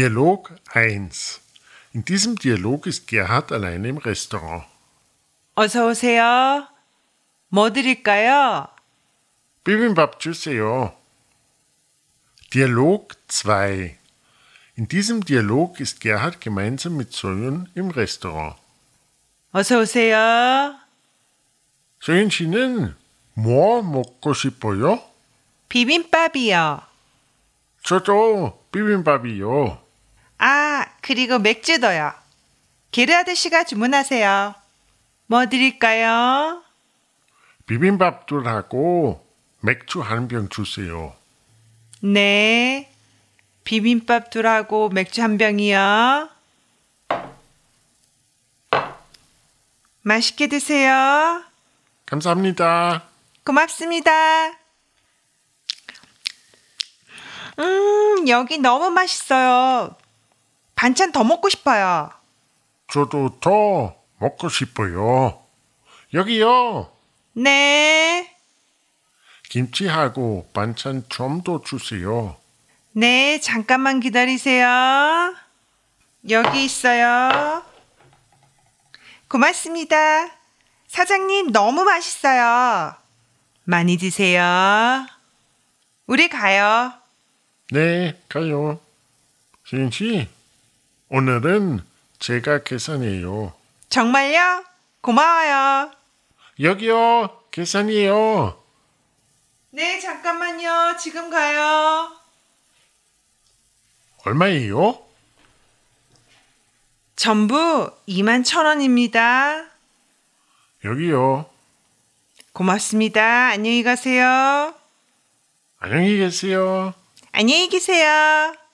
Dialog 1. In diesem Dialog ist Gerhard alleine im Restaurant. 어서 오세요. 뭐 드릴까요? Bibimbap 주세요. Dialog 2. In diesem Dialog ist Gerhard gemeinsam mit Soyun im Restaurant. 어서 오세요. 소윤 씨는 뭐 먹고 싶어요? 비빔밥이요. 저도 비빔밥이요. 아, 그리고 맥주도요. 게르 아저씨가 주문하세요. 뭐 드릴까요? 비빔밥도 하고 맥주 한 병 주세요. 네. 비빔밥 둘하고 맥주 한 병이요. 맛있게 드세요. 감사합니다. 고맙습니다. 음, 여기 너무 맛있어요. 반찬 더 먹고 싶어요. 저도 더 먹고 싶어요. 여기요. 네. 김치하고 반찬 좀 더 주세요. 네, 잠깐만 기다리세요. 여기 있어요. 고맙습니다. 사장님, 너무 맛있어요. 많이 드세요. 우리 가요. 네, 가요. 수인 씨, 오늘은 제가 계산해요. 정말요? 고마워요. 여기요, 계산이에요. 네, 잠깐만요. 지금 가요. 얼마예요? 전부 2만 천 원입니다. 여기요. 고맙습니다. 안녕히 가세요. 안녕히 계세요. 안녕히 계세요.